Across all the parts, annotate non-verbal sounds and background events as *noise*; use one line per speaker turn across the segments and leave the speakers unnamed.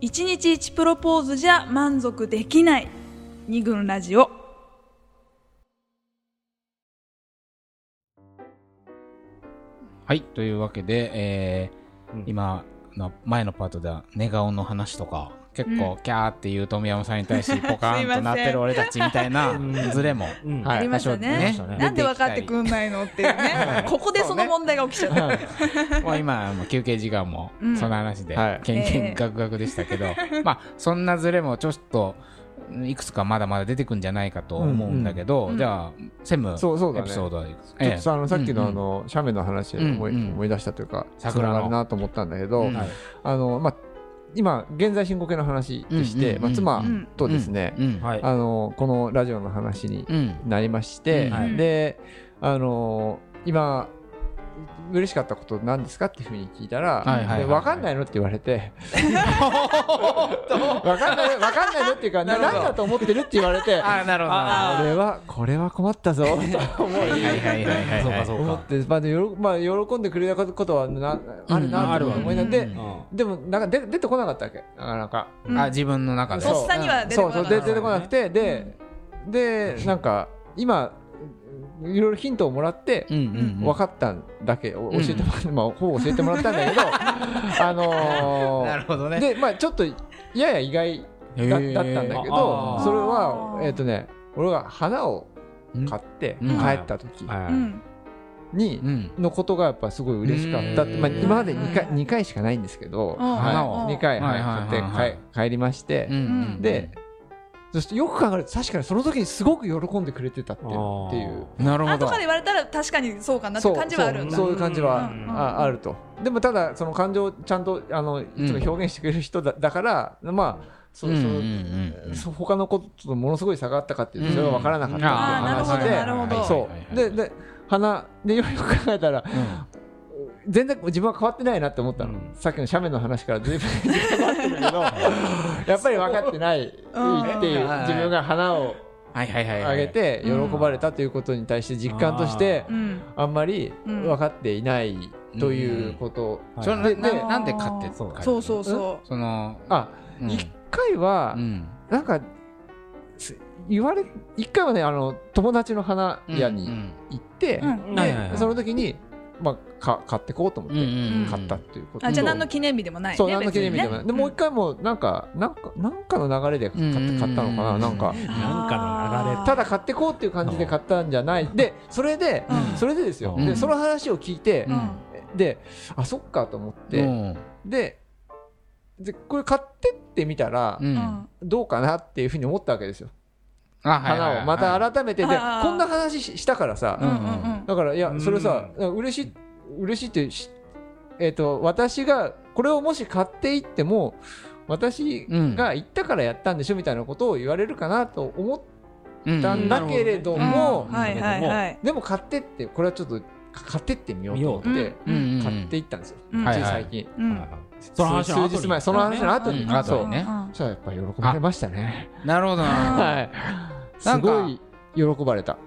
1日1プロポーズじゃ満足できない二軍ラジオ
はい、というわけで、えー
うん
今の前のパートでは寝顔の話とか結
う
構キャーっていう富山さんに対
*laughs*
してポカーンとなってる俺たちみたいな
うん
ズレも、
うん
はい
ありました
多少
ね
ありましたね
なんで分かってくんないのっていうね *laughs* ここでその問題が起きちゃった、
まあ今もう休憩時間も
うん
その話で、
はい
けんけ
ええ
んガクガクでしたけど、まあそんなズレもちょっといくつかまだまだ出てくんじゃないかと思うんだけど、
うんうん
じゃあ専務
そうそうだ
エ
ね
ピ
ちょ
ソ
っ
ードはいくつ
とさあのさっきの
う
あ
んうん
の写メの話で思い
うんうん
思い出したというかつな
桜の
がるなと思ったんだけど
うんはい
あのまあ今現在進行形の話でして
うん
まあ
うん
妻
うん
とですね
うん
はい。
あのこのラジオの話に
うん
なりまして
うん
はい
であの今嬉しかったことなんですかっていうふうに聞いたら
はいはいはい
で分かんないのって言わ
*laughs*
れて分かんない分かんないのってい
*laughs*
うかな
るほ
なん
ど
だと思ってるって言われ
*laughs*
て
あーなるほど
あこれはこれは困ったぞと
はいはいはいはいはい
そうかそう
思
か。
って、まあでよろまあ、喜んでくれたことはなある
うん
な
あ
と
るわ
思いながら
う
で
ん
でもなんか出出てこなかったわけなかなか
うん
あ自分の中で
とっさには出てこなかった
そうそうで出てこなくてででなんか今いろいろヒントをもらって
うんうん
分かったんだけ
う
お
ん
教えてもらって、まあ、ほぼ教えてもらったんだけ
*laughs*
どあのー
なるほどね
でまあちょっとやや意外
だ
だ,、ったんだけど
ー
それ
あ
は
ー
えっ、とね俺が花を買って
う
帰
ん
った時
う
は
ん
に、
うん
のことがやっぱすごい嬉しかったって、まあ、
うん
今まで2
う
回
ん
二回しかないんですけど、
うん
花を
2回、
は
はいい
はいはいはい
買って帰帰りまして、
うんうん
でそしてよく考えると確かにその時にすごく喜んでくれてたっていう
あー
っていう
なるほ
あと
ど
かで言われたら確かにそうかなって感じはあるんだ
そうそうそういう感じは、
うん
ああるとでもただその感情をちゃんとあのいつも表現してくれる人だ,、だからまあそ
うん
う
うん
そうの
ん
そう他のこととものすごい差があったかっていうとそれは分からなかったっていう話で、
あーなるほどなるほど
そうでで花でよく考えたら全然自分は変わってないなって思ったの、
うん
さっきの写メの話からずいぶ *laughs* ん時間があってるけどやっぱり分かってないっていう
うん
自分が花を
はいはいはいは
あ
い
げて喜
うん
ばれたということに対して実感として
うん
あんまり
うん
分かっていないということ、
うん
それ
で
な
で
ななんで買ってそう
そうそうそ
その
あ
うん
一回は
うん
なんかす言われ一回はねあの友達の花屋
う
に
ん
行って
う、うん
はいはいは
で
い
その時に、まあ、か買ってこうと思
う
っ
んう
て
んうん
買ったっていうことと、
あじゃあ何の記念日でもないね
そう、何の記念日でも
別
ない。で、もう一回も、なんか、なんか、なんかの流れで買っ
うんうんうん
買ったのかな、なんか。
にね
なんかの流れ
ただ買ってこうっていう感じで買ったんじゃない。で、それで
う、ん
それでですよ。
うん
で、その話を聞いて
う、ん
で、あ、そっかと思っ
う
て、
ん
で、で、これ買ってってみたら
う、
うんん
どうかなっていうふうに思ったわけですよ。
あはいはいはい
花を。また改めて、で、こ
あー
んな話ししたから
う
さ、
んうん
だから、いや、それさ、嬉しい、嬉しいってし、えっと、私が、これをもし買っていっても、私
うん
が言ったからやったんでしょみたいなことを言われるかなと思っ
うんうん
たんだけれど
うん
も、
うんはいはいはい
でも買ってってこれはちょっと買ってってみようと思
見
っ
よ
て
うんうんうん
買っていったんですよ、
うん
つい最近、
うん
その話の後
数
に
日前その話の後に、
うん
そ
後に
う
ね
うん
そしたらやっぱり喜ばれましたね
なるほどなるほど
はい
な
す
ん
ご
か
い喜ばれた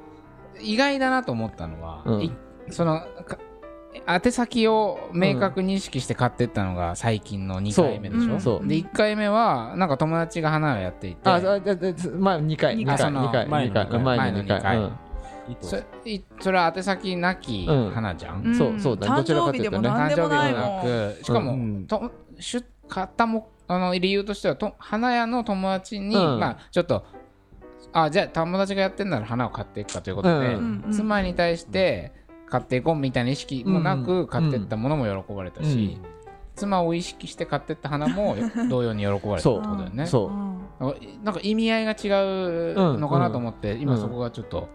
意外だなと思ったのは、
うん
いそのか宛先を明確に意識して買ってったのが最近の2回目でしょ、
うん
そう
で1回目はなんか友達が花をやっていて
ああじゃまあ二回
二
二
回
回二回
前
二
の
回前の二回
前の
う
二
ん
そいそれは宛先なき花じゃん、
ん
そうそうだね
誕
どちら
生
かと
日
い
で
うとね
も何
誕
でもない
生日で
も
も
ん
なくしかも、
うん
としゅ買ったもあの理由としてはと花屋の友達に、
うん
まあちょっとあじゃあ友達がやってんなら花を買っていくかということで、
うん
うん
妻に対して買っていこうみたいな意識もな
う
く
ん
買ってったものも喜ばれたし、
うん
妻を意識して買ってった花
*laughs*
も同様に喜ばれたってことだよね。
そう
うん
なんかなんか意味合いが違うのかなと思って、今そこがちょっと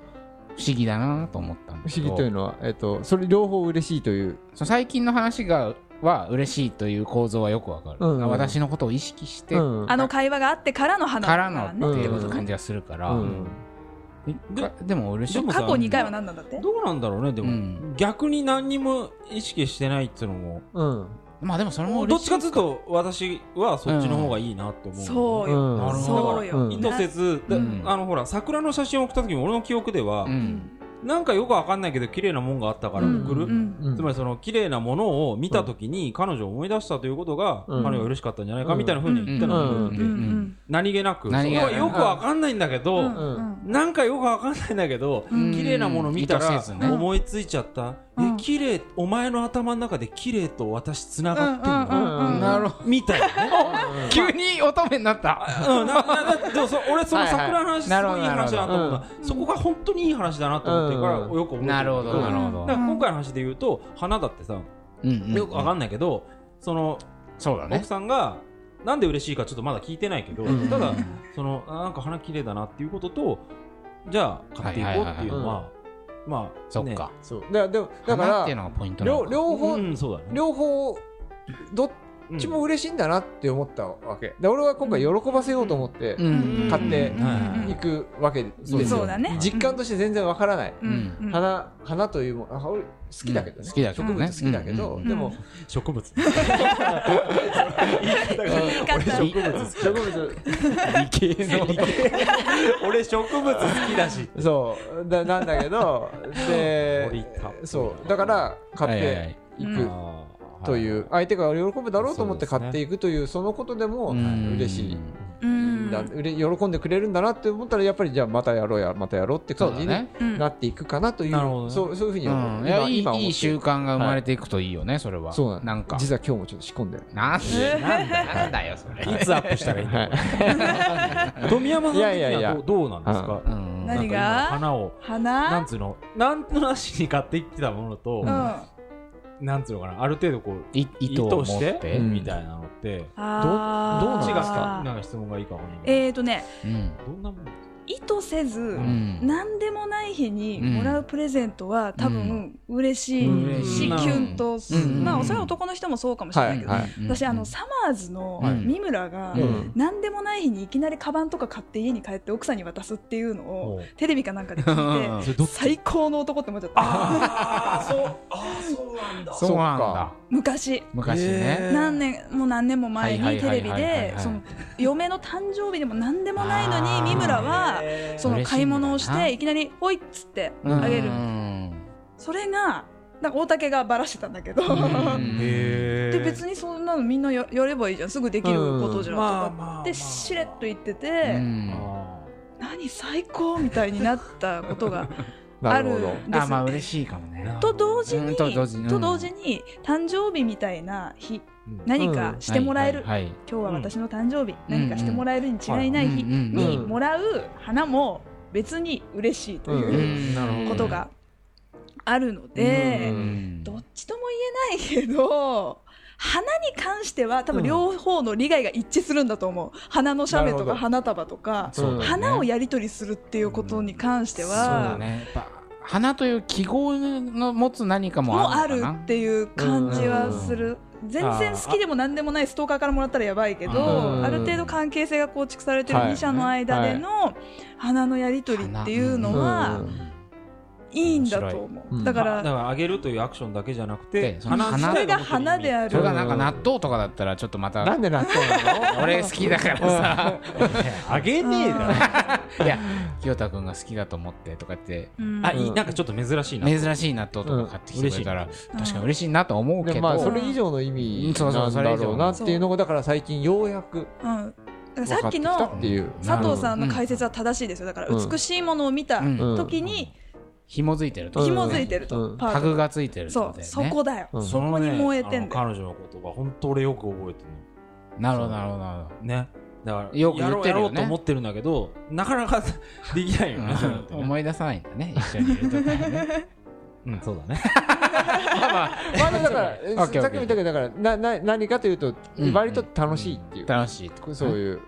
不思議だなと思ったんだ
不
け
思
ど
議というのはえっとそれ両方嬉しいという
その最近の話がは嬉しいという構造はよくわかる、
うん
あ私のことを意識して
うん
あの会話があってからの花
から
だ
の
ね
っていう感じがするから、
うん
で
かでも嬉しい
でも
過去2回は何なんだって
どうなんだろうねで
う
も
ん
逆に何にも意識してないっていうのも
うん
まあでもそれも嬉
どっ
し
ち
い
かというと私はそっちの方がいいなって思う
そうよ
うん
なるほど
そうよ
うん
意図せずだ
うん
あのほら桜の写真を送った時も俺の記憶では
うん
なんかよくわかんないけど綺麗なもんがあったから送る、
うんうん
うん
つまりその綺麗なものを見たときに彼女を思い出したということが
うん
彼女が嬉しかったんじゃないかみたいなふうに言った
うん
の
うんうん
何気なく
何気なく
そこはよくわかんないんだけ
う
ど
んうん
なんかよくわかんないんだけど
うん
綺麗なもの見た
意
ら
図せずね
思いついちゃった
うん
え綺麗お前の頭の中で綺麗と私つながってん
う
の
んうんうん
なるほ
みたいなね
*laughs* ど急に乙女になった
うんなななでもそ俺その桜の話すご
はいいはい
いい話だなと思ったそこが本当にいい話だなと思ってるから
う
よ
ん
く覚えてるんだ
な
け
るほどなるほど
だから今回の話で言うと花だってさよくわかんないけどその
そうだね
奥さんがなんで嬉しいかちょっとまだ聞いてないけど
うん
ただそのあなんか花綺麗だなっていうこととじゃあ買っていこうっていうの
はい
はまあ
そっ
ね
か
そうだでもだ
花
か
っていう
ら
のがポイントなの
両
か
両方、
うんそうだね
両方どっ
うん
ちも嬉しいんだなって思ったわけで俺は今回喜ばせようと思って
うん
買っ
は
て
いはいはい
行くわけです
そう
よ、
ですよ
そうだね
実感として全然わからない、
うんうん
花花というものあ俺好きだけどね、
うん好きだけどね
植物好きだけど、
うん
うん
でも、
植物
言い方
植
植物
理系の俺植物好きだし
そうだなんだけ
*laughs*
ど
森
で
田
そうだから買っ
はいはいは
て
い
い
うん
くという相手が喜ぶだろうと思って買っていくというそのことでも
うん
嬉しい
うん
だうれ喜んでくれるんだなって思ったらやっぱりじゃあまたやろうやまたやろうって
そう
感
だ
じ
ね
に
うん
なっていくかなという
なるほどね
そうそういうふうに思う、
うんいやいい
思って
いい習慣が生まれていくといいよねそれは
そうな
なんん
か
か
実は今日もちょっと仕込んで
なんでなんだなんだよそ *laughs* れ
いつアップしたらいいの富山さん
いやいや
的
い
に
や
はどうどうなんですか
うん
なんか
何
今
が
花をな
花
んつうのなんとなしに買ってきてたものと
うん
なんつうのかなある程度こう
い
意図
糸を持
し
ってて
うん
みたいなのって
あ
ど
ど
う
っち
なん
が
です
さ
ー
なんか質問がいいかわかんないけど
えーとね
うん
どんなもん
意図せず
うん
何でもない日にもらうプレゼントは多分嬉しい
うん
しキ
うん
ュンとす
うん
まあそれは男の人もそうかもしれ
は
ない
い
けど
はい、
私あのサマーズの
はい
三村が
うん
何でもない日にいきなりカバンとか買って家に帰って奥さんに渡すっていうのを
おう
テレビかなんか
*laughs*
で聞いて
それどっち
最高の男って思っちゃった
ああそうああそうなんだ
そうなんだ
昔
昔ね
えー
何年もう何年も前
はい
に
はい
テ
は
レ
い
ビ
はいはい
でその嫁の誕生日でも何でもないのに
あー
三村はその
嬉しいんだな
買い物をしていきなり「ほい」っつってあげるそれがなんか大竹がばらしてたんだけど
へ
で別にそんなのみんなややればいいじゃんすぐできることじゃんと
まあ
か
まあ
ってしれっと言って
う
て
ん
何最高みたいになったことが
な
あ
る
る
ほ
ん
ど
です
あまあ
よ。
嬉しいかもね
と同時
う
に
ん
と
と同時に
同時に誕生日みたいな日何かしてもらえる
はいはい
今日は私の誕生日
うん
何かしてもらえるに違いない日
うんうんうん
にもらう花も別に嬉しいと
はい
うん
いう
なるほど
ことがあるので。
うん
どっちとも言えないけど花に関しては多分両方の利害が一致するんだと思う、花の写メ
なる
と
ほど
か花束とか、
そうだね
花をやり取りするっていうことに関して
そうだ
は、
ねやっぱ花という記号の持つ何か
もう
も
あ
ある
る
のかな
っていう感じはする、全然好きでも何でもないストーカーからもらったらやばいけ
う
ど
ん
ある程度関係性が構築されてる
はい
2者の間での花のやり取りっていうの
う
は
ん
いいんだと思
うん
う。だか
だかららあげるというアクションだけじゃなくて
でその
そ
花
自
れ
体
が花で
あ
あ
それ
る
がなんか納豆とかだったらちょっとま
な
た
んで納豆なの
俺好きだからさ
あげねえだ
*laughs*
ろ
いや清田君が好きだと思ってとかって
うん
あいいなんかちょっと珍しいな
珍しい納豆とか買ってきてくれたら
ん
確かに嬉しいなとは思うけ
で
ど
まあそれ以上の意味
そうそ
な
うんそれ
だ
以
ろう
上
な
の
っていうのがだから最近ようやく
うん、
分
さ
か
っ
っ
き
てきたっ
の
ていう
佐藤さんの
なるほど
解説は正しいですよだから
うん
美しいものを見た
うん
時に
紐づいてると
うん
紐づいてる
う
と
ん
パ
タ
ート
グがついてるって
そ
こ
う
とだ
そ
よね
こだよ
うん
その
そこに燃えてんだよ
あの彼女の言葉本当俺よく覚えてる
なるほどなるほどなるほど
ねだから
よく言
やろ
っ
う
て
や
る
ろ
よね
うと思ってるんだけどな
*laughs*
かなかできないよねそれってね
*laughs* 思い出さないんだね一緒にいるとね
うんそうだね
まあだからえ
*laughs* オッケー
さ
オッケー
っきも言ったけどだからなな何かというと
うん
割と楽しいっていう
楽しい
そういう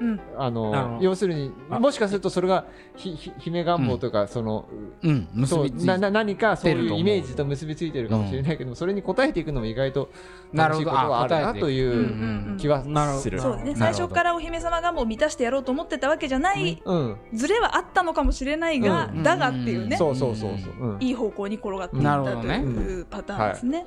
うん
なるほ
あ
ど
の要するに
あ
もしかするとそれがひひ姫願望とかその
うん結
そう
びつい
な
て
な何かそ
出
う
る
い
と思
う
う
イメージと結びついてるかもしれないけどそれに応えていくのも意外と
な
楽
る
し
ほ
いこ
ど
とはある
あ
な
答えていく
と
うん
いう
うん
気はす
う
る
ん。
そうだね
なる
最
ほど
初からお姫様願望を満たしてやろうと思ってたわけじゃない
うん、
ズレはあったのかもしれないが
う
だがっていうね
そうそうそうそう。うん
いい方向に転がっていっ
なるほ
た
ど
と
ね
いうパターンですね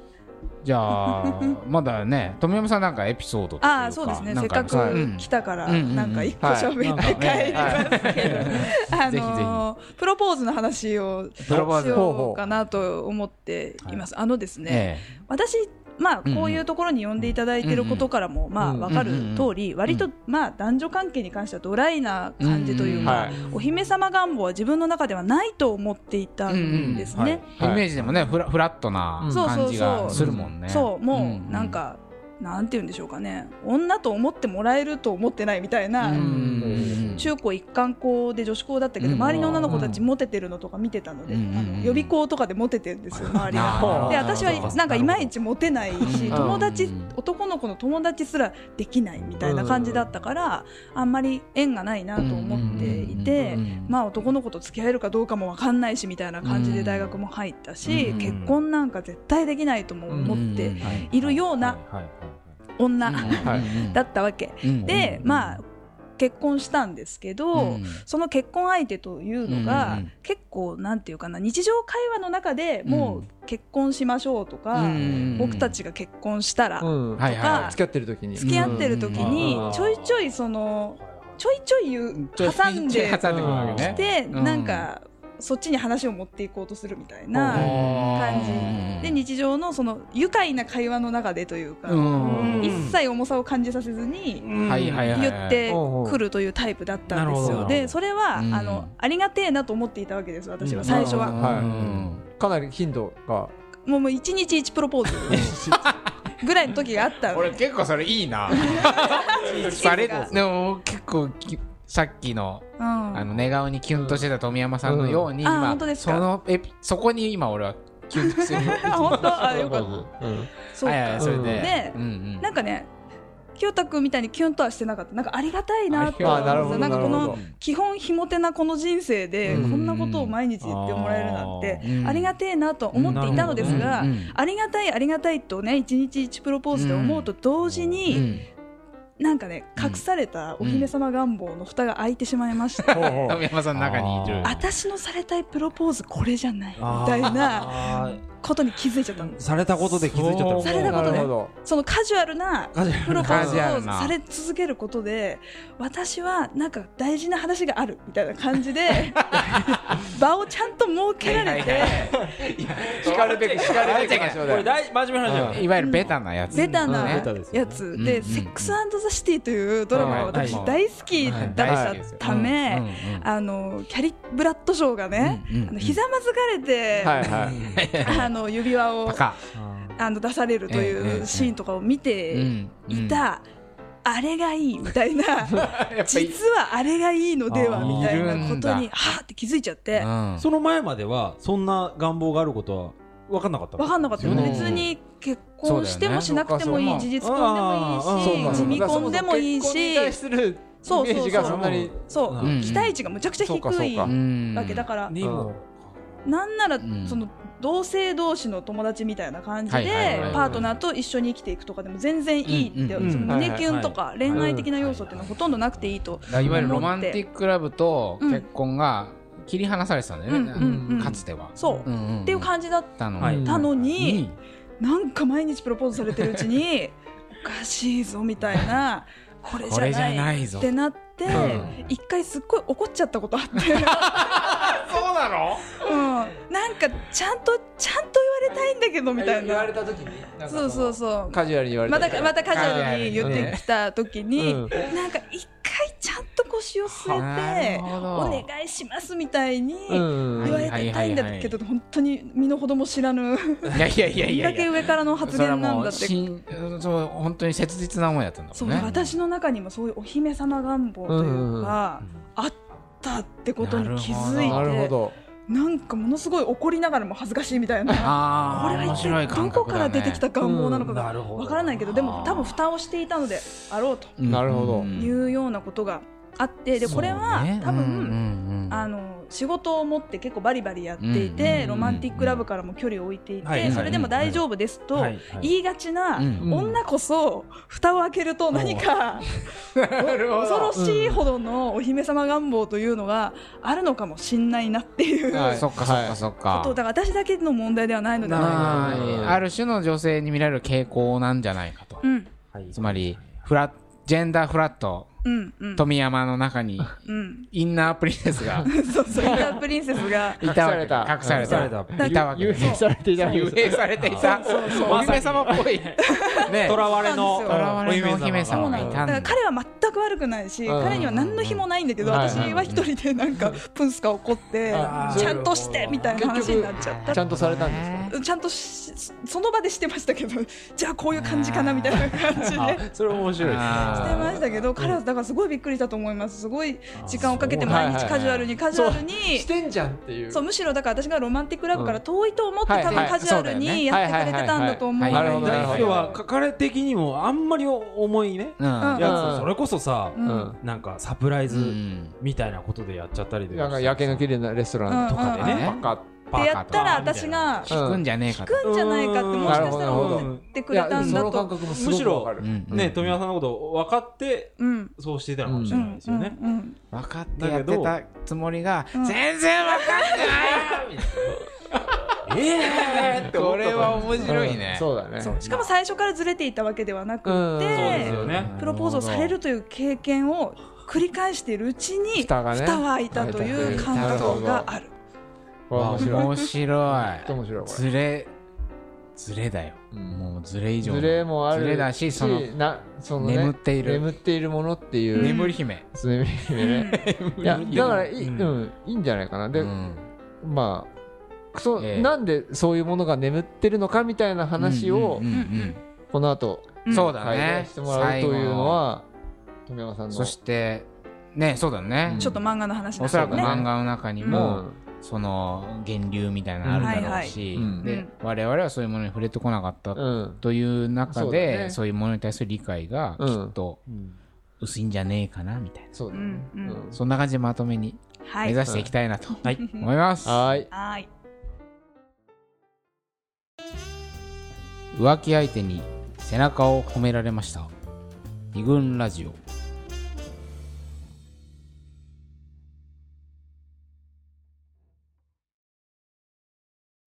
じゃあまだね富山さんなんかエピソードというか
ああそうですね
な
せ
ん
っか
さう
く
ん
来たから
うん
なんか一個喋って帰りますけど、あ
ぜひぜ
のプロポーズの話をし
プロポーズ
ほうほ
よ
う
うかなと思っています、あのですね、
え
私まあ
うんうん
こういうところに呼んでいただいてることからも、まあ
うん
わかる通り、割とまあ男女関係に関してはドライな感じというか、
うん
お姫様願望は自分の中ではないと思っていたんですね。
えイメージでもねフラフラットな
うん
感
そう
じ
そ
が
うそう
するもんね
そうも
ん
うなんか、なんて言うんでしょうかね女と思ってもらえると思ってないみたいな、
うんうん
中高一貫校で女子校だったけど、
うん
周りの女の子たちモテてるのとか見てたので、
うん
あの予備校とかでモテてるんですよ周りが。
あー
で私はなんかいまいちモテないし
うん
友達
うん
男の子の友達すらできないみたいな感じだったからあんまり縁がないなと思っていて
うんうんうんうん
まあ男の子と付き合えるかどうかも分かんないしみたいな感じで大学も入ったし
うん
結婚なんか絶対できないとも思っているような女
はい
だったわけでまあ結婚したんですけど、
うん
その結婚相手というのが、
うんうん
結構なんていうかな日常会話の中でもう結婚しましょうとか、僕たちが結婚したら、
うん
はいはい
とか
付き合ってる時に
付き合ってる時
うんうんう
に
ん
ちょいちょいそのちょいちょい言う挟んで
挟んでくるわけ
き
ね
て、
うん
なんかそっちに話を持っていこうとするみたい
うん
な感
う
じ
ん
で日常のその愉快な会話の中でというか、
うん
一切重さを感じさせずに。
はいはいはい
言
はい
ってくるというタイプだったんです
うんう
よ。
ん
で、それは、
うん
あのありがてえなと思っていたわけです。私
う
は
ん
最初
う
は、
んはい
うん
かなり頻度が
もうもう一日一プロポーズぐらいの時があったの
*laughs* 俺
で。
結構それいいなされでも結構きさっきの
うん、
あ
あ
の寝顔にキュンとしてた富山さんのように
うんあ
今
本当です
そ
か
のエピそこに今俺はキュンとしてる
本当、あ、よかった。
*laughs*
うん
そう
はいはい
か。
それで
で
うんうん
なんかね、清田君みたいにキュンとはしてなかった。なんかありがたいなと
あなるほど
なんかこ
なるほ
の
ど
基本ひもてなこの人生で、
うん
こんなことを毎日言ってもらえるなんて、
うん
ありがてえなと思っていたのですが。
うんうん
ありがたいありがたいとね一日一プロポーズで思うと同時に、
うん
なんかね隠されたお姫様願望の蓋が開いてしまいました、
富山さんの中にいる
あ
*laughs* 私のされたいプロポーズこれじゃないみ
あー
たいな
あ
ことに気づいちゃったん
ー
です
されたことで気づいちゃった
されたこと
な
で
るほど
そのカジュアルな
カジュアル
プロポーズ
カジュア
を
ルな
され続けることで私はなんか大事な話があるみたいな感じ
*laughs*
で場をちゃんと設けられて
叱るべき叱るべき場所
これ
で
大真面目な話だよ
いわゆるベタなやつ
ベタ
うん
な
ベタですね
やつ
ん
で「
うん
セックスザ・シティ」というドラマが私
はい
大好きだったため、
うんうん
あのキャリー・ブラッドショーがね、
うんうん
あのひざまずかれて、
はいはい
あの指輪を
バカ
あの出されると
えええ
い
え
うシーンとかを見
う
て
んうん
いた、あれがいいみたいな
*laughs* やっぱり
実はあれがいいのでは
あー
みたいなこと
いるん
に
だ
はあって気づいちゃって
うん
その前まではそんな願望があることは分かんなかった
分かんなかった
うん
別に結婚してもしなくてもいい
そ
事
う
実婚で
そう
もいいし
か
地味婚でもいい
結婚に対
し
するイメージがそんなに
そううん
うん
期待値がむちゃくちゃ低
そうかそう
い
か
うん
わけだから
にも
なんなら
ん
その同性同士の友達みたいな感じ
はいはいはい
で
はい
パートナーと一緒に生きていくとかでも全然いいって
う
そ
んうん
の胸キュンとか
はいはいはい
恋愛的な要素っていうのはほとんどなくていいと
だからいわゆるロマンティックラブと結婚が切り離されてたんだよね、
うんうんうん
かつては。
そ
んんん
うっていう感じだっ
なの
はい
に
たの
いい
になんか毎日プロポーズされてるうちにおかしいぞみたいなこれじ
これじゃ
ゃ
な
ないい
ぞ
ってなって
ん
一回すっごい怒っちゃったことあって。
そうなの
うん、なんかちゃんとちゃんと言われたいんだけどみたい
言わ
な
れた時になんか
そうそうそう
カジュアルに言われ
ま
た
たまたカジュアルに言ってきた時に、
うん
なんか一回ちゃんと腰を据えて
なるほ
お
ど
願いしますみたいに
うん
言われてたいんだけど本当に身の程も知らぬ
*laughs* いやいやいや
こ
い
ん
や
だ
い
け
や
上からの発
それは
言な
も
んだ
う
って
しんそう本当に切実な思いだったんだ
そ
も
うん
ね。
私の中にもそういうお姫様願望というか、あったってことに気づ
な
なるほ
いて
ど
なんかものすごい怒りながらも恥ずかしいみたいな。
あ
これ
あ
は
面
一
白い
体ど
感
こ
覚
か
だ
ら
ね
出てきた願望なのかが
うんなるほど
わからないけど、でも多分蓋をしていたのであろうと
うん
なるほど
うん
いうようなことがあってでこれは、
そうね
多分、
うんうんうん
あの仕事を持って結構バリバリやっていて、
うんうんうんうん
ロマンティックラブからも距離を置いていて、
はいはい
それでも大丈夫ですと、
はいはい
言いがちな、
うん
女こそ蓋を開けると何か *laughs* 恐ろしいほどのお姫様願望というのがあるのかもしんないなっていうこ
はい
そっかそっかそっか、
とだから私だけの問題ではないのではないか
あーある種の女性に見られる傾向なんじゃないかと、
うん
はい
つまりフラジェンダーフラット
うんうん
富山の中に
うん *laughs*
インナープリンセス
*laughs*
が
そうそうインタープリンセスが
いたわけ
隠された
隠され
隠さ
た
れた
いたわけ
幽閉されていたんで
幽
す
閉されていたお姫様っ
*laughs*
ぽいね
囚われの
そう
囚われのお
*laughs*
姫
そう
様
な
がい
んだ
たん
から
だ
彼は全く悪くないし、
うん
彼には何の日もないんだけど、
うん
私は一人でなんかプンスカ怒って、
あ
ー
ちゃんとしてみたいな話になっちゃった
ちゃんとされたんですか
ちゃんとしその場でしてましたけ *laughs* どじゃあこういう感じかなみたいな感じで。
それ面白いですね
あー
してましたけど彼はだからすごいびっくりしたと思いますすごい時間をかけて
あーそう
毎日カジュアルにカジュアルに
してんじゃんっていう
そうむしろだから私がロマンティックラブから遠いと思って
うん
多
は
分
い
カジュアルにやってくれてたんだと思う
はいはいはい
の
はいはいはい
で
要はか彼的にもあんまり重いね
うん
うん
やつそれこそさ
うん
なんかサプライ
う
ズ
ん
みたいなことでやっちゃったりで
なんか焼けの綺麗なレストランとかで
うんうん
ね
うん
パカッ
でやったら私が
うん
聞くんじゃねえかと
来るんじゃないかってもしかしたら思ってくれたん
いやで
だ
もその感
と。
覚もすごくわかる
うんうん
ね富山さんのこと分かって
うん
そうしていたのかもしれないですよね。
うんうん
分かってやってたつもりが
うん
全然分か
え
ってないこれは面白いね
うんそうだね
そうしかも最初からずれていったわけではなく
うん
て、
そうですよね
プロポーズをされるという経験を繰り返しているうちに
蓋がね
は開いたという感覚がある。
これ面白い
面白い
ちょっと面白いこれ
ずれずれだよ、
うん
もうずれ以上の
ズレもある
ずれだしその
なそのね
眠っている
眠っているものっていう
うん
眠り姫、
そういう意味で
*laughs*
ねいやだからいい,、うんいいんじゃないかなで、
うん
まあそう、
ええ
なんでそういうものが眠ってるのかみたいな話を、
うんうん
この後
うんそうだ
解明
ね
してもらうというのは、富山さん
最後そ
の
してねそうだね、
うん
ちょっと漫画の話なん
お
です
そ
よ
らく
ね。
漫画の中に
うん
も、その源流みたいなのあるだろうし、
うんはいはい
で、
うん
我々はそういうものに触れてこなかった
うん
という中
そうだ
で、
ね
そういうものに対する理解がきっと薄いんじゃねえかなみたいな、
そうだね、
うんうん
そんな感じでまとめに
は
目
い。
指していきたいなと
はい
思います、
はーい
はい。
浮気相手に背中を褒められました二軍ラジオ